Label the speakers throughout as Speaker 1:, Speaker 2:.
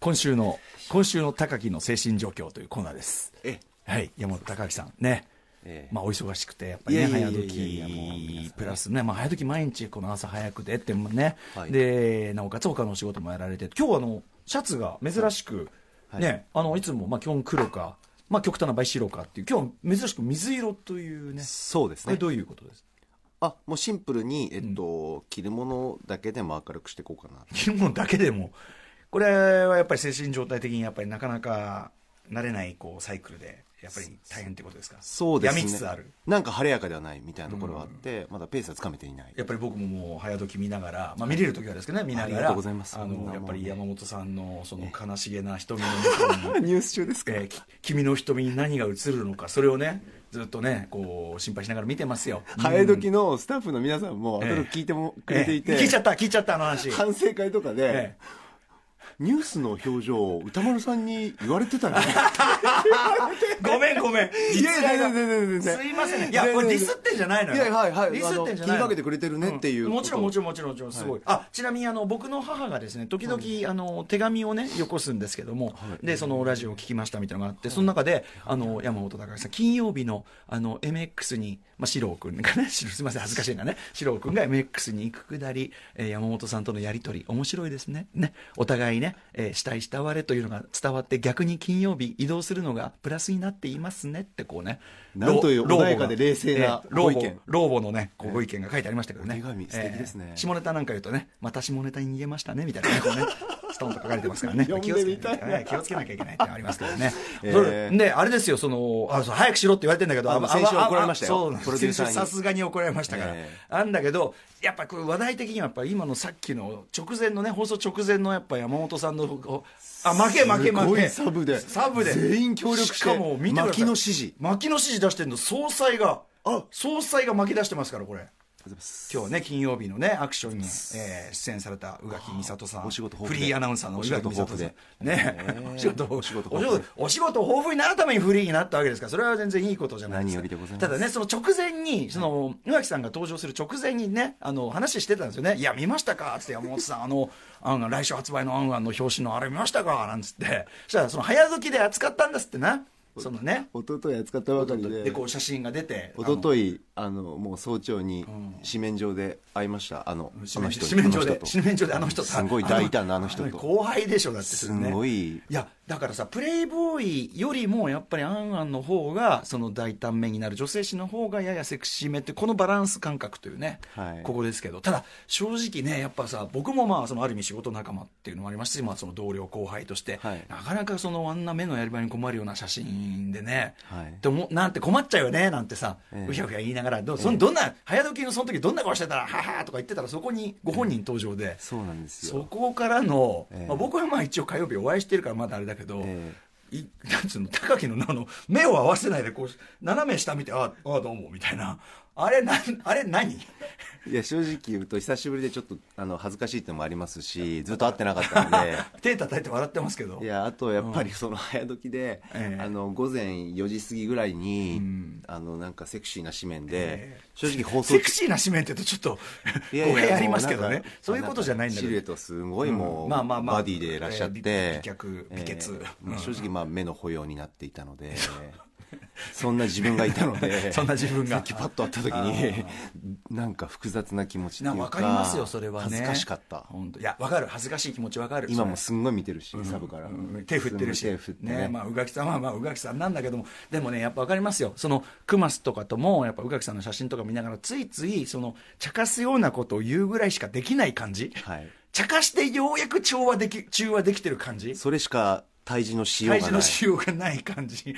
Speaker 1: 今週の、今週の高木の精神状況というコーナーです。
Speaker 2: え
Speaker 1: はい、山本高木さんね。
Speaker 2: ええ
Speaker 1: まあ、お忙しくて、やっぱり
Speaker 2: い
Speaker 1: ね、
Speaker 2: やいやい
Speaker 1: 早
Speaker 2: やいやもう皆
Speaker 1: 時
Speaker 2: さん
Speaker 1: プラスね、まあ、早時毎日、この朝早くでってもね、
Speaker 2: はい
Speaker 1: で、なおかつ他のお仕事もやられて、今日あの、シャツが珍しく、
Speaker 2: はい
Speaker 1: ね、あの、いつも、まあ、基本黒か、まあ、極端な場合白かっていう、今日は珍しく水色というね、
Speaker 2: そうです
Speaker 1: これ
Speaker 2: ね
Speaker 1: どういうことです
Speaker 2: あもうシンプルに、えっと着るものだけでも明るくしていこうかな
Speaker 1: 着るものだけでも、これはやっぱり精神状態的にやっぱりなかなか慣れないこうサイクルで、やっぱり大変ってことですか、
Speaker 2: そうですね
Speaker 1: やみつつある、
Speaker 2: なんか晴れやかではないみたいなところはあって、まだペースはつかめていない
Speaker 1: やっぱり僕ももう早時見ながら、まあ、見れる時はですけどね、見ながら、
Speaker 2: ありがとうございます
Speaker 1: あ
Speaker 2: そんなもん
Speaker 1: の
Speaker 2: ね
Speaker 1: やっぱり山本さんのその悲しげな瞳の向こうに、
Speaker 2: ニュース中です
Speaker 1: えーき君の瞳に何が映るのか、それをね、ずっとね、こう心配しながら見てますよ。
Speaker 2: 早え時のスタッフの皆さんも
Speaker 1: ええ
Speaker 2: 後々聞いてもくれていて、
Speaker 1: えー聞いちゃった、聞いちゃった、あの話。
Speaker 2: 反省会とかで、ニュースの表情を歌丸さんに言われて たね
Speaker 1: ごめんごめん。
Speaker 2: いやいや
Speaker 1: 実害
Speaker 2: いや
Speaker 1: が
Speaker 2: いやいやいやいや
Speaker 1: すいませんね。いや、これディスってんじゃないのよ。
Speaker 2: いやはいはい
Speaker 1: ディスってんじゃない
Speaker 2: あの気にかけてくれてるねっていう
Speaker 1: もちろんもちろんもちろんもちろん、すごい。あ、ちなみにあの、僕の母がですね、時々、あの、手紙をね、よこすんですけども、で、そのラジオを聞きましたみたいなのがあって、その中で、あの、山本隆さん、金曜日の、あの、MX に、まあ、四郎くんがね、 四郎すいません、恥ずかしいなね、四郎くんが MX に行くくだり、えー山本さんとのやりとり、面白いですね。ね、お互いね、えー、したい慕われというのが伝わって、逆に金曜日移動するのがプラスになっていますねって、こうね。
Speaker 2: なんという
Speaker 1: 老
Speaker 2: 穏やかで冷静な
Speaker 1: 老
Speaker 2: ご
Speaker 1: 後
Speaker 2: 意見
Speaker 1: えー老後老後のね、こうご意見が書いてありましたけどね。
Speaker 2: お手紙素敵ですね
Speaker 1: 下ネタなんか言うとね、また下ネタに逃げましたね、みたいなね、こうね、 ストンと書かれてますから ね。
Speaker 2: 読ん
Speaker 1: 気をつけ
Speaker 2: でみたいな
Speaker 1: ね気をつけなきゃいけないってのありますけどね。
Speaker 2: えー
Speaker 1: それで、あれですよ、その、あそう早くしろって言われてんだけど、
Speaker 2: あ
Speaker 1: あ
Speaker 2: 先週
Speaker 1: ああ
Speaker 2: 怒られましたよ
Speaker 1: そうなんです
Speaker 2: プロデューサーに
Speaker 1: 先週さすがに怒られましたから
Speaker 2: え。
Speaker 1: なんだけど、やっぱこう話題的にはやっぱ今のさっきの直前のね、放送直前のやっぱ山本さんの、こうあ、負け負け負け。
Speaker 2: すごいサブで
Speaker 1: サブで。
Speaker 2: 全員協力して
Speaker 1: しかも見てください。
Speaker 2: 巻きの指示
Speaker 1: 巻きの指示出してるの、総裁が、
Speaker 2: あ
Speaker 1: 総裁が巻き出してますから、これ。今日ね金曜日のねアクションに、えー出演された宇垣美里さん
Speaker 2: お仕事豊
Speaker 1: フ
Speaker 2: 富で
Speaker 1: リーアナウンサーの宇垣美里さんねお仕事豊富お仕事
Speaker 2: お仕事豊富で
Speaker 1: お仕事豊富になるためにフリーになったわけですからそれは全然いいことじゃないですか
Speaker 2: 何よりでございます
Speaker 1: ただねその直前にその宇垣さんが登場する直前にねあの話してたんですよね「いや見ましたか?」っつって山本さんあのあの来週発売の「アンアンの表紙のあれ見ましたか?」なんつってそしたらその早時で扱ったんですってなそのね
Speaker 2: 一昨日扱ったばかり
Speaker 1: でこう写真が出て
Speaker 2: 一昨日あのもう早朝に紙面上で会いましたあのあの人
Speaker 1: 紙面上
Speaker 2: あの
Speaker 1: で
Speaker 2: 人と
Speaker 1: 紙面上であの人と
Speaker 2: すごい大胆なあの人
Speaker 1: あの
Speaker 2: と
Speaker 1: 後輩でしょだってそれね
Speaker 2: すごい
Speaker 1: やだからさプレイボーイよりもやっぱりアンアンの方がその大胆めになる女性誌の方がややセクシーめってこのバランス感覚というね、
Speaker 2: はい
Speaker 1: ここですけどただ正直ねやっぱさ僕もまあそのある意味仕事仲間っていうのもありまして、まあ、その同僚後輩として、
Speaker 2: はい
Speaker 1: なかなかそのあんな目のやり場に困るような写真でね、
Speaker 2: はい
Speaker 1: って思なんて困っちゃうよねなんてさ、
Speaker 2: ええ
Speaker 1: うひゃうひゃ言いながらどうそのどんな早時のその時どんな顔してたら「はは」とか言ってたらそこにご本人登場で、
Speaker 2: そうなんです
Speaker 1: そ
Speaker 2: よ
Speaker 1: こからの、
Speaker 2: ええ
Speaker 1: まあ、僕はまあ一応火曜日お会いしてるからまだあれだけど、
Speaker 2: え
Speaker 1: いなんつうの高木のあの目を合わせないでこう斜め下見て「ああどうも」みたいなあれなんあれ何
Speaker 2: いや正直言うと久しぶりでちょっとあの恥ずかしいってのもありますしずっと会ってなかったん で
Speaker 1: 手叩いて笑ってますけど
Speaker 2: いやあとやっぱりその早時で、
Speaker 1: ええ
Speaker 2: あの午前4時過ぎぐらいに、あのなんかセクシーな紙面で、正直放送
Speaker 1: セクシーな紙面って言うとちょっと
Speaker 2: い
Speaker 1: 語
Speaker 2: やいや
Speaker 1: 弊ありますけど
Speaker 2: もうな
Speaker 1: ね
Speaker 2: んか
Speaker 1: そういうことじゃないんだけ
Speaker 2: シルエ
Speaker 1: ど
Speaker 2: ットすごいもう、
Speaker 1: うんまあまあまあ
Speaker 2: バディでいらっしゃって、
Speaker 1: えー美美脚美
Speaker 2: え
Speaker 1: 血
Speaker 2: ー正直まあ目の保養になっていたのでそんな自分がいたの で
Speaker 1: そんな自分が
Speaker 2: さっきパッと会った時になんか複雑な気持ちってい
Speaker 1: な
Speaker 2: うか
Speaker 1: 分かりますよそれはね
Speaker 2: 恥ずかしかった
Speaker 1: 本当いや分かる恥ずかしい気持ち分かる
Speaker 2: 今も
Speaker 1: そ
Speaker 2: すんごい見てるし、サブから、
Speaker 1: れうん手振ってるし
Speaker 2: すんごい手振ってね
Speaker 1: ねまあ宇垣さんはまあ宇垣さんなんだけどもでもねやっぱ分かりますよそのクマスとかともやっぱ宇垣さんの写真とか見ながらついついその茶化すようなことを言うぐらいしかできない感じ、
Speaker 2: はい
Speaker 1: 茶化してようやく調和でき中和できてる感じ
Speaker 2: それしか対峙のしよう
Speaker 1: 体重
Speaker 2: がな
Speaker 1: の
Speaker 2: い
Speaker 1: しようがない感 じ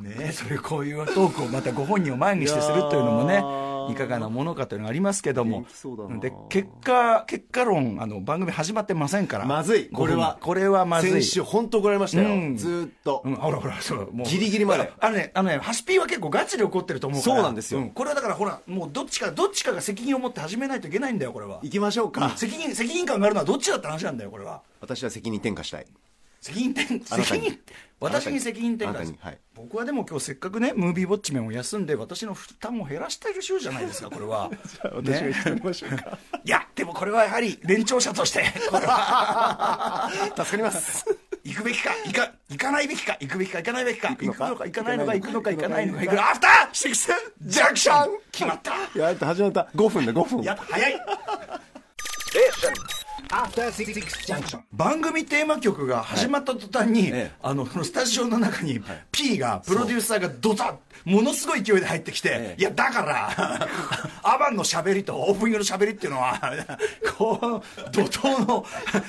Speaker 1: ねえそれこういうトークをまたご本人を前にしてするというのも
Speaker 2: い
Speaker 1: ね
Speaker 2: やー
Speaker 1: いかがなものかというのがありますけども
Speaker 2: 元気そうだな
Speaker 1: で結果結果論あの番組始まってませんから
Speaker 2: まずい
Speaker 1: ご本
Speaker 2: これ
Speaker 1: 人
Speaker 2: は
Speaker 1: これはまずい
Speaker 2: 先週本当怒られましたよ、
Speaker 1: うん
Speaker 2: ずーっと、
Speaker 1: うん、ほらほら、そう、もう。
Speaker 2: ギリギリまで
Speaker 1: あのね、あのね、ハシピーは結構ガチで怒ってると思うから。
Speaker 2: そうなんですよ
Speaker 1: これはだからほら、もうどっちか、どっちかが責任を持って始めないといけないんだよ、これは。
Speaker 2: 行きましょうか、
Speaker 1: 責任、責任感があるのはどっちだって話なんだよ、これは。
Speaker 2: 私は責任転嫁したい
Speaker 1: 責任転
Speaker 2: あなた
Speaker 1: 責
Speaker 2: に
Speaker 1: 任私に責任転
Speaker 2: あな
Speaker 1: 嫁
Speaker 2: た
Speaker 1: です
Speaker 2: にはい
Speaker 1: 僕はでも今日せっかくねムービーウォッチメンを休んで私の負担を減らしてる週じゃないですかこれは
Speaker 2: 私が言ってみましょうか
Speaker 1: ねいやでもこれれはやはり年長者としてこれは
Speaker 2: 助かります
Speaker 1: 行くべきか行か行かないべきか行くべきか行かないべきか行く
Speaker 2: の
Speaker 1: の
Speaker 2: か
Speaker 1: か行かないのか行くのか行かないのか
Speaker 2: 行
Speaker 1: 行
Speaker 2: く
Speaker 1: くアフターシックスジャンクション決まった
Speaker 2: やっと始まった5分だ5分
Speaker 1: やった早い
Speaker 3: After Six Junction.
Speaker 1: 番組テーマ曲が始まった途端に、
Speaker 2: ええ
Speaker 1: あのこのスタジオの中に P がプロデューサーがドタッものすごい勢いで入ってきて、
Speaker 2: え
Speaker 1: いやだから アバンのしゃべりとオープニングのしゃべりっていうのはこの怒涛の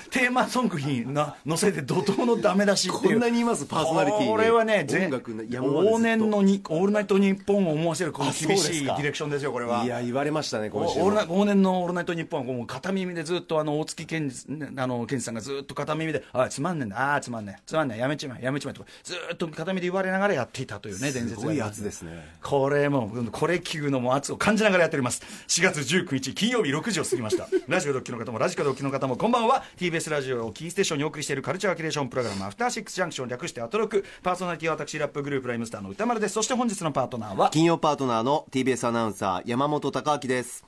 Speaker 1: テーマソングにな載せて怒涛のダメ出しって
Speaker 2: こ
Speaker 1: い
Speaker 2: ん
Speaker 1: う
Speaker 2: なにいますパーソナリティに
Speaker 1: これはねぜ
Speaker 2: 音楽の山までずっと
Speaker 1: 往年のに「オールナイトニッポン」を思わせるこの厳
Speaker 2: あそうで
Speaker 1: し
Speaker 2: す
Speaker 1: いデ
Speaker 2: か
Speaker 1: ィレクションですよこれはい
Speaker 2: や言われましたね今週
Speaker 1: おオー
Speaker 2: も
Speaker 1: ルナ往年の「オールナイトニッポン」はもう片耳でずっとあの大月健二ねあの健二さんがずっと片耳で「ああつまんねえんだああつまんねえつまんねえやめちまえやめちまえ」とかずっと片耳で言われながらやっていたというね伝説が
Speaker 2: すごいやつですね
Speaker 1: これもうんこれ聞くのも圧を感じながらやっております4月19日金曜日6時を過ぎました ラジオドッキの方もラジカドッキの方もこんばんは TBS ラジオをキーステーションにお送りしているカルチャーキュレーションプログラム「アフターシックスジャンクション」略してアトロクパーソナリティは私ラップグループライムスターの歌丸ですそして本日のパートナーは
Speaker 2: 金曜パートナーの TBS アナウンサー山本貴明です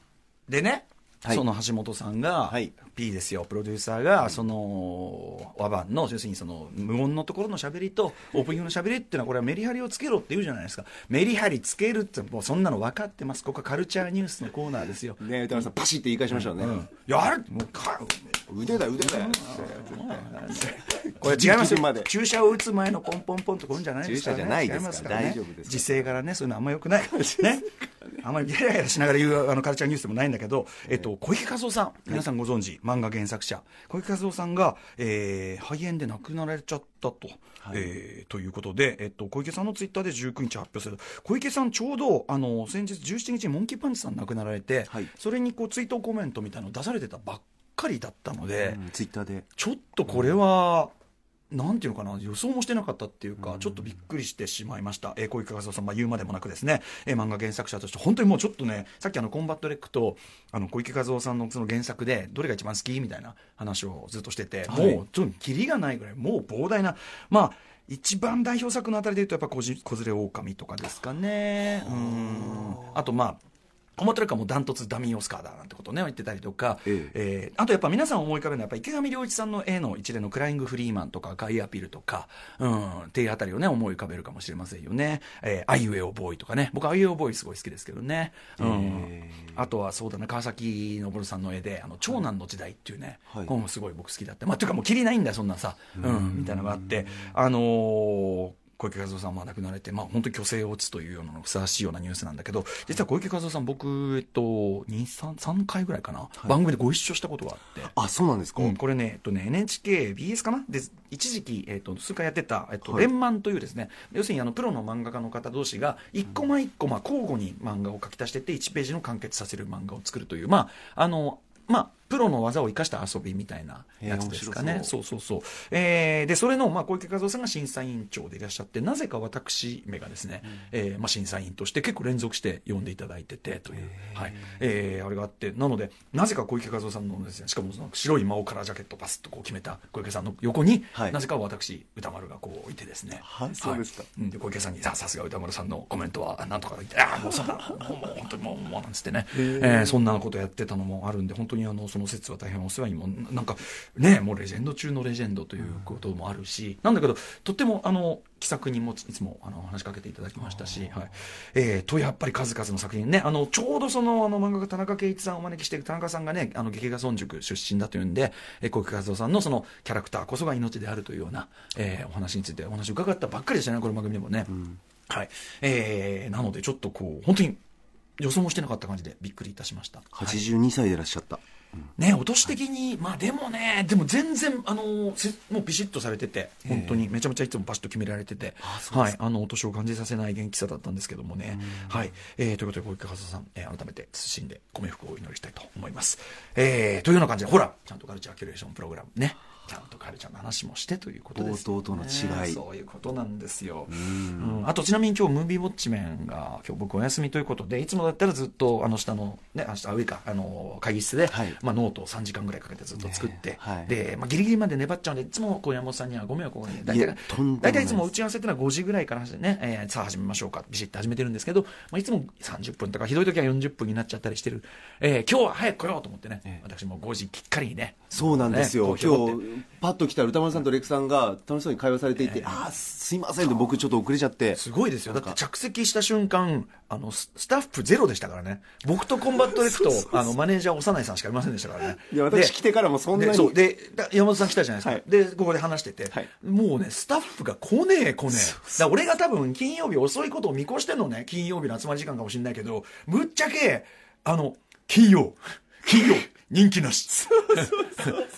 Speaker 1: でね、
Speaker 2: はい
Speaker 1: その橋本さんが、
Speaker 2: はい
Speaker 1: P ですよプロデューサーがその和番の要するにその無音のところのしゃべりとオープニングのしゃべりっていうのはこれはメリハリをつけろって言うじゃないですかメリハリつけるってもうそんなの分かってますここはカルチャーニュースのコーナーですよ、
Speaker 2: ね歌丸さんパシッて言い返しましたよね、
Speaker 1: うん、いやあれもうか
Speaker 2: 腕だ腕だよ
Speaker 1: これ違います
Speaker 2: ギリギリまで
Speaker 1: よ注射を打つ前のポンポンポンとこうんじゃないですから、ね、
Speaker 2: 注射じゃないですから
Speaker 1: 違まね
Speaker 2: 大丈夫です
Speaker 1: 時勢からねそういうのあんまよく ないねあんまりヘラヘラしながら言うあのカルチャーニュースでもないんだけど、えっと、小池和夫さん皆さんご存知、漫画原作者小池和夫さんが、えー肺炎で亡くなられちゃったと、えーということで、えっと、小池さんのツイッターで19日発表された小池さんちょうどあの先日17日にモンキーパンチさん亡くなられて、
Speaker 2: はい
Speaker 1: それにこう追悼コメントみたいなの出されてたばっかりだったので、
Speaker 2: ツイッターで
Speaker 1: ちょっとこれは、なんていうのかな、予想もしてなかったっていうか、ちょっとびっくりしてしまいました、えー、小池和夫さん、まあ、言うまでもなくですね、えー漫画原作者として、本当にもうちょっとね、さっきあのコンバットレックとあの小池和夫さんのその原作で、どれが一番好きみたいな話をずっとしてて、
Speaker 2: はい
Speaker 1: もう、ちょっとキリがないぐらい、もう膨大な、まあ、一番代表作のあたりでいうと、やっぱこじ、子連れ狼とかですかね。うんあと、まあ思ってるかもうダントツダミーオスカーだなんてことね言ってたりとか、
Speaker 2: え
Speaker 1: え
Speaker 2: え
Speaker 1: ーあとやっぱ皆さん思い浮かべるのはやっぱ池上良一さんの絵の一連のクライング・フリーマンとかガイアピルとか、うん、っていうあたりをね思い浮かべるかもしれませんよね「えー、アイウェオボーイ」とかね僕アイウェオボーイすごい好きですけどね、うんあとはそうだな川崎昇さんの絵で「あの長男の時代」っていうね、
Speaker 2: はい
Speaker 1: 本もすごい僕好きだったまあというかもう切りないんだよそんなさ、うん、みたいなのがあってあのー小池和夫さんも亡くなられて、まあ、本当に虚勢を打つというようなのがふさわしいようなニュースなんだけど実は小池和夫さん僕、えっと、23回ぐらいかな、番組でご一緒したことがあって。
Speaker 2: あそうなんですか、
Speaker 1: うん、これね、えっとね、NHKBS かなで、一時期、えっと、数回やってた、えっと、
Speaker 2: はい
Speaker 1: 連漫というですね、要するにあの、プロの漫画家の方同士が、一コマ一コマ交互に漫画を書き足していって、1ページの完結させる漫画を作るという、まあ、あの、まあ、プロの技を生かした遊びみたいなやつですか
Speaker 2: へえ
Speaker 1: ね。
Speaker 2: 面白そ
Speaker 1: そ
Speaker 2: う
Speaker 1: うそうそう。えーで、それの、まあ、小池和夫さんが審査委員長でいらっしゃって、なぜか私めがですね、えーまあ、審査委員として結構連続して呼んでいただいてて、という、はい、えーあれがあって、なので、なぜか小池和夫さんのですね、しかもその白い魔王カラージャケットパスッとこう決めた小池さんの横に、
Speaker 2: はい
Speaker 1: なぜか私、歌丸がこういてですね、
Speaker 2: はいそうですか
Speaker 1: うんで小池さんにささすが歌丸さんのコメントはなんとか言ってああもうそんなもうもう本当にもうもうなんつってね、えーそんなことやってたのもあるんで本当にあのその説は大変お世話にもななんかねもうレジェンド中のレジェンドということもあるし、なんだけどとってもあの気さくにもいつもあの話しかけていただきましたし、はいえーとやっぱり数々の作品ねあのちょうどそのあの漫画家田中圭一さんをお招きして田中さんがねあの劇画村塾出身だというんでえー小池和夫さんのそのキャラクターこそが命であるというような、えーお話についてお話を伺ったばっかりでしたねこの番組でもね。はいえーなのでちょっとこう本当に予想もしてなかった感じでびっくりいたしました。
Speaker 2: 82歳でいらっしゃった、
Speaker 1: ね、お年的に、まあでもね、でも全然、あの、せもうビシッとされてて、本当にめちゃめちゃいつもバシッと決められてて、はい、あの、お年を感じさせない元気さだったんですけどもね、はい、えー、ということで、小池和夫さん、えー改めて、謹んでご冥福をお祈りしたいと思います。えー、というような感じで、ほら、ちゃんとカルチャーキュレーションプログラムね、ちゃんとカルチャーの話もしてということです、ね。
Speaker 2: 冒頭との違い
Speaker 1: そういうことなんですよ。うんあと、ちなみに今日、ムービーウォッチメンが、今日僕お休みということで、いつもだったらずっと、あの、下の、ね、あ下、上か、あの、会議室で、
Speaker 2: はい
Speaker 1: まあ、ノーノートを3時間ぐらいかけてずっと作って、
Speaker 2: ねはい
Speaker 1: でまあ、ギリギリまで粘っちゃうんでいつもこう山本さんにはご迷惑をかけて大
Speaker 2: いやとんで
Speaker 1: 体大
Speaker 2: もないです
Speaker 1: 体いつも打ち合わせってのは5時ぐらいから始めてね、えーさあ始めましょうかビシッと始めてるんですけど、まあ、いつも30分とかひどい時は40分になっちゃったりしてる、えー今日は早く来ようと思ってね、私も5時きっかりにね
Speaker 2: そうなんです
Speaker 1: ね
Speaker 2: よ、
Speaker 1: こう
Speaker 2: 今日パッと来たら歌丸さんとレクさんが楽しそうに会話されていて、ああ、すいませんで、僕、ちょっと遅れちゃって、
Speaker 1: すごいですよ。だって着席した瞬間、あの、ススタッフゼロでしたからね。僕とコンバットレクと、あの、マネージャー幼いさんしかいませんでしたからね。
Speaker 2: いや、私、
Speaker 1: で
Speaker 2: 来てからもそんな
Speaker 1: で
Speaker 2: に、
Speaker 1: そうでだ山本さん来たじゃない
Speaker 2: は
Speaker 1: で
Speaker 2: い
Speaker 1: すか、でここで話してて、
Speaker 2: はい
Speaker 1: もうねスタッフが来ねえ来ねえだから俺が多分金曜日遅いことを見越してのね金曜日の集まり時間かもしれないけどぶっちゃけあの金曜金曜人気なし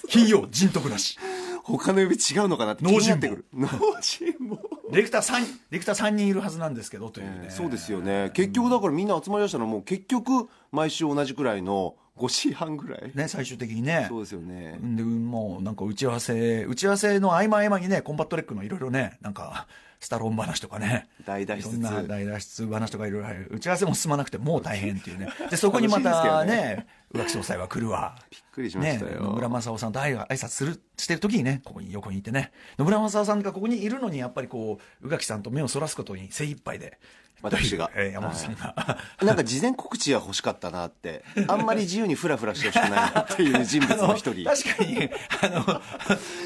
Speaker 1: 金曜人徳なし
Speaker 2: 他の曜日違うのかなって、
Speaker 1: 脳
Speaker 2: 気に
Speaker 1: 人
Speaker 2: なってく
Speaker 1: 坊
Speaker 2: る、 脳人坊
Speaker 1: ディレクター3ディレクター3人いるはずなんですけどというね、
Speaker 2: そうですよね、結局、だからみんな集まりだしたのは、もう結局、毎週同じくらいの5時半ぐらい、
Speaker 1: ね最終的にね
Speaker 2: そうですよね、
Speaker 1: でもうなんか打ち合わせ打ち合わせの合間合間にねコンバットレックのいろいろねなんかスタローン話とかね
Speaker 2: 大脱出
Speaker 1: いろんな大脱出話とかいろいろ入る打ち合わせも進まなくてもう大変って いうねでそこにまた
Speaker 2: 楽しいです
Speaker 1: ね浮気総裁は来るわびっ
Speaker 2: くりしましたよ
Speaker 1: ね、野村正夫さんと挨挨拶するしてる時にねここに横にいてね野村正夫さんがここにいるのにやっぱりこう宇垣さんと目をそらすことに精一杯で
Speaker 2: 私が
Speaker 1: えー山本さんが、
Speaker 2: なんか事前告知は欲しかったなって、あんまり自由にふらふらしてほしくないなっていう人物の一 人。
Speaker 1: 確かに、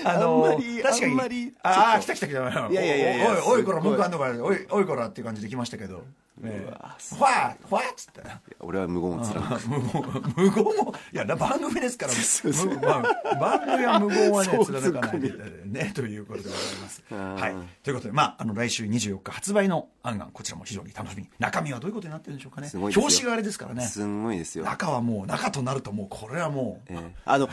Speaker 1: あの、
Speaker 2: あんまり
Speaker 1: 確かに
Speaker 2: あんまり
Speaker 1: ああ、来
Speaker 2: ちょ
Speaker 1: た来た来た。
Speaker 2: いやいやいやいや
Speaker 1: おいおい、おい、
Speaker 2: す
Speaker 1: こ
Speaker 2: っご
Speaker 1: ら、
Speaker 2: い
Speaker 1: 文句あんのかよおい、おい、こらっていう感じで来ましたけど。ええほわほわっつって。
Speaker 2: 俺は無言を貫く。
Speaker 1: 無言、無言も、いや、な番組ですから、無まあ番組は無言はね、貫かないでね、ということでございます。はい。ということで、まあ、あの、来週24日発売の案ンこちらも非常に楽しみに。中身はどういうことになってるんでしょうかね。
Speaker 2: すごい
Speaker 1: 表
Speaker 2: ですよ
Speaker 1: 紙があれですからね。
Speaker 2: すんごいですよ。
Speaker 1: 中はもう、中となるともう、これはもう
Speaker 2: え、ーあの、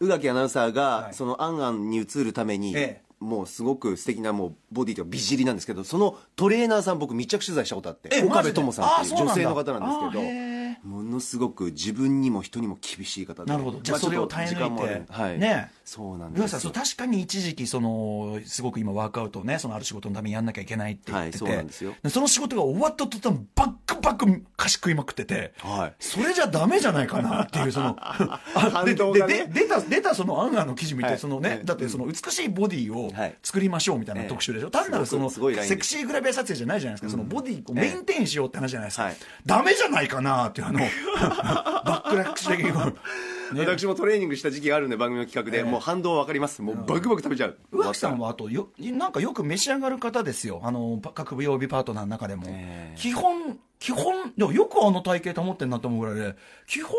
Speaker 2: 宇垣アナウンサーが、
Speaker 1: い
Speaker 2: その、アンアンに移るために、
Speaker 1: ええ
Speaker 2: もうすごく素敵なもうボディというか美尻なんですけどそのトレーナーさん僕密着取材したことあって
Speaker 1: え
Speaker 2: 岡
Speaker 1: マジ
Speaker 2: 部
Speaker 1: で
Speaker 2: 友さんっていう
Speaker 1: あそうな
Speaker 2: 女
Speaker 1: んだ
Speaker 2: 性の方なんです
Speaker 1: あ
Speaker 2: け
Speaker 1: へ
Speaker 2: どものすごく自分にも人にも厳しい方で
Speaker 1: なるほどじゃあ
Speaker 2: まちょっ
Speaker 1: それを
Speaker 2: と
Speaker 1: 耐え
Speaker 2: 時間もあ
Speaker 1: 抜い
Speaker 2: る
Speaker 1: て、
Speaker 2: はい
Speaker 1: ね
Speaker 2: そうなん
Speaker 1: ル
Speaker 2: で
Speaker 1: アさん
Speaker 2: す
Speaker 1: そう
Speaker 2: よ
Speaker 1: 確かに一時期そのすごく今ワークアウトをねそのある仕事のためにやんなきゃいけないって言ってて、
Speaker 2: はいそうなんですよ
Speaker 1: その仕事が終わった途端バックバック貸し食いまくってて、
Speaker 2: はい
Speaker 1: それじゃダメじゃないかなっていうそ のあで
Speaker 2: 反動が
Speaker 1: で
Speaker 2: ね
Speaker 1: で出た出たそのアンガーの記事見て、
Speaker 2: はい
Speaker 1: そのね、
Speaker 2: はい
Speaker 1: だってその美しいボディを
Speaker 2: はい
Speaker 1: 作りましょうみたいな特集でしょ、単なるその
Speaker 2: すごいすごいラインです
Speaker 1: セクシーグラビア撮影じゃないじゃないですか、そのボディをメンテインしようって話じゃないですか、
Speaker 2: はい
Speaker 1: ダメじゃないかなっていうあのバックラックし的にこ うね
Speaker 2: 私もトレーニングした時期があるんで番組の企画で、もう反動は分かりますもうバクバク食べちゃう
Speaker 1: 宇垣さんはあとよなんかよく召し上がる方ですよあのパ各曜日パートナーの中でも、
Speaker 2: ええ
Speaker 1: 基本基本でもよくあの体型保ってんなと思うぐらいで基本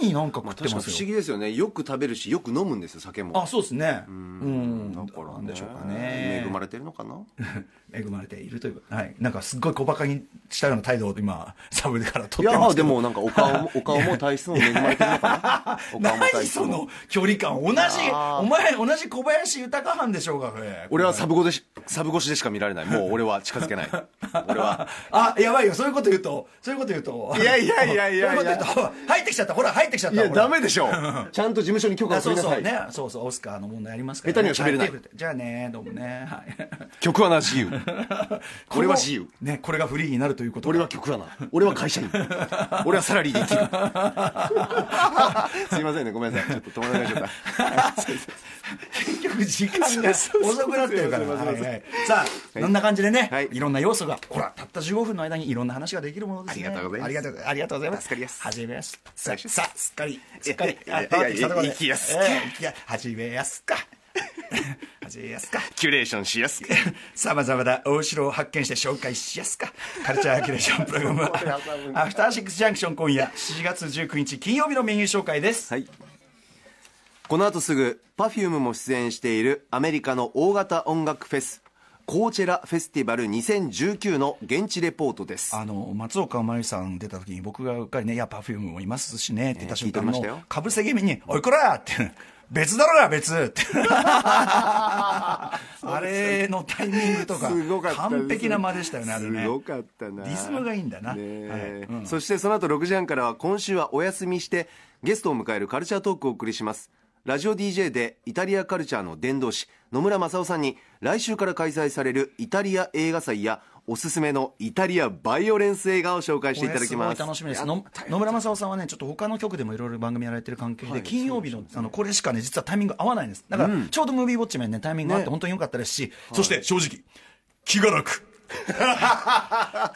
Speaker 1: 常になんか食ってます
Speaker 2: 確か
Speaker 1: よ、
Speaker 2: に不思議ですよねよく食べるしよく飲むんですよ酒も
Speaker 1: あそうですねうん
Speaker 2: だから
Speaker 1: な
Speaker 2: ね
Speaker 1: んでしょうかね
Speaker 2: 恵まれてるのかな
Speaker 1: 恵まれているというはいなんかすっごい小バカにしたような態度を今サブから
Speaker 2: い
Speaker 1: 取って
Speaker 2: や
Speaker 1: ます
Speaker 2: でもなんかお 顔もお顔も体質も恵まれてるのか なお顔も
Speaker 1: 何
Speaker 2: 体質
Speaker 1: その
Speaker 2: も
Speaker 1: 距離感同じお前同じ小林豊藩でしょうがこれ
Speaker 2: 俺はサブゴでしサブ越しでしか見られないもう俺は近づ けない俺は
Speaker 1: あやばいよそういうこと言うとそういうこと言うと
Speaker 2: いやいやいやいやいや
Speaker 1: そううこと言うと入ってきちゃったほら入ってきちゃっ
Speaker 2: い
Speaker 1: た
Speaker 2: や
Speaker 1: ほら
Speaker 2: ダメでしょ ちゃんと事務所に許可を
Speaker 1: あ
Speaker 2: 取
Speaker 1: そう
Speaker 2: りな
Speaker 1: そ
Speaker 2: さ
Speaker 1: う
Speaker 2: い、
Speaker 1: ねそうそうオスカーの問題ありますから、
Speaker 2: 下手には喋れない
Speaker 1: はいじゃあねどうもねはい
Speaker 2: 曲はな自由
Speaker 1: こ
Speaker 2: 俺
Speaker 1: の
Speaker 2: は自由
Speaker 1: ねこれがフリーになるということが
Speaker 2: 俺は曲はな俺は会社員 俺はサラリーで 生きるすいませんねごめんなさいちょっと友達がちゃ った
Speaker 1: 結局時間が遅くなってるから
Speaker 2: そうそうそう
Speaker 1: はいはいさあこんな感じでね、
Speaker 2: はい
Speaker 1: い、ろんな要素がほらたった15分の間にいろんな話ができるものですね
Speaker 2: ありがとうございます
Speaker 1: ありがとうありがとうございます
Speaker 2: 助かります
Speaker 1: 始めやすさ
Speaker 2: 最初
Speaker 1: さあすっかりすっかり
Speaker 2: いやいや
Speaker 1: あ回ってきたところで
Speaker 2: いやいやいや
Speaker 1: ええいや始めやす か始めやすか
Speaker 2: キュレーションしやすく
Speaker 1: さまざまな大城を発見して紹介しやすかカルチャーアキュレーションプログラ ムアフターシックスジャンクション今夜7月19日金曜日のメニュー紹介です
Speaker 2: はい。この後すぐ、Perfume も出演しているアメリカの大型音楽フェス、コーチェラフェスティバル2019の現地レポートです。
Speaker 1: あの松岡真由さん出た時に僕がうっかりね「いやパフュームもいますしね」って言った瞬間
Speaker 2: ええ聞いてました
Speaker 1: の
Speaker 2: よ
Speaker 1: かぶせ気味に「おいこら!」って別だろが別って あれのタイミングとか完璧な間でしたよねあれね
Speaker 2: すごかったな。
Speaker 1: リズムがいいんだな
Speaker 2: ねえ
Speaker 1: はいうん
Speaker 2: そしてその後6時半からは今週はお休みしてゲストを迎えるカルチャートークをお送りしますラジオ DJ でイタリアカルチャーの伝道師野村正夫さんに来週から開催されるイタリア映画祭やおすすめのイタリアバイオレンス映画を紹介していただき
Speaker 1: これご
Speaker 2: ます
Speaker 1: い楽しみですの野村正夫さんはねちょっと他の局でもいろいろ番組やられてる関係で、金曜日の,、あのこれしかね実はタイミング合わないんですだから、ちょうどムービーウォッチメンねタイミングがあって本当に良かったですし、そして正直気が楽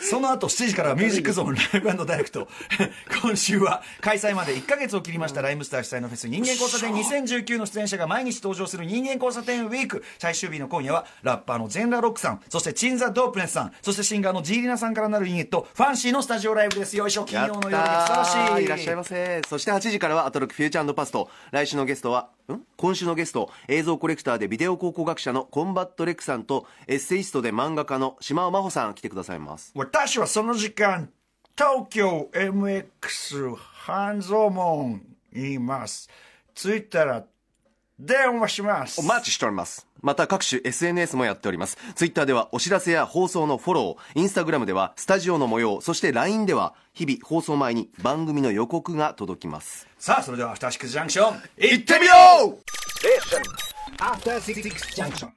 Speaker 1: その後7時からはミュージックゾーンライブダイレクト 今週は開催まで1か月を切りましたライムスター主催のフェス人間交差点2019の出演者が毎日登場する人間交差点ウィーク最終日の今夜はラッパーのジェンラロックさんそしてチンザ・ドープネスさんそしてシンガーのジーリナさんからなるユニットファンシーのスタジオライブですよいしょ金
Speaker 2: やっ
Speaker 1: 曜
Speaker 2: た
Speaker 1: の夜にふさわし
Speaker 2: ー
Speaker 1: い
Speaker 2: いらっしゃいませそして8時からはアトロックフューチャーパスト来週のゲストはん今週のゲスト映像コレクターでビデオ考古学者のコンバットレックさんとエッセイストで漫画家の島尾真帆さん来てくださいます
Speaker 1: 私はその時間東京 MX 半蔵門にいます着いたら電話します
Speaker 2: お待ちしております。また各種 SNS もやっております。Twitter ではお知らせや放送のフォロー、Instagram ではスタジオの模様、そして LINE では日々放送前に番組の予告が届きます。
Speaker 1: さあそれでは「アフターシックスジャンクション」いっ
Speaker 2: 行ってみよう
Speaker 3: After Six Junction.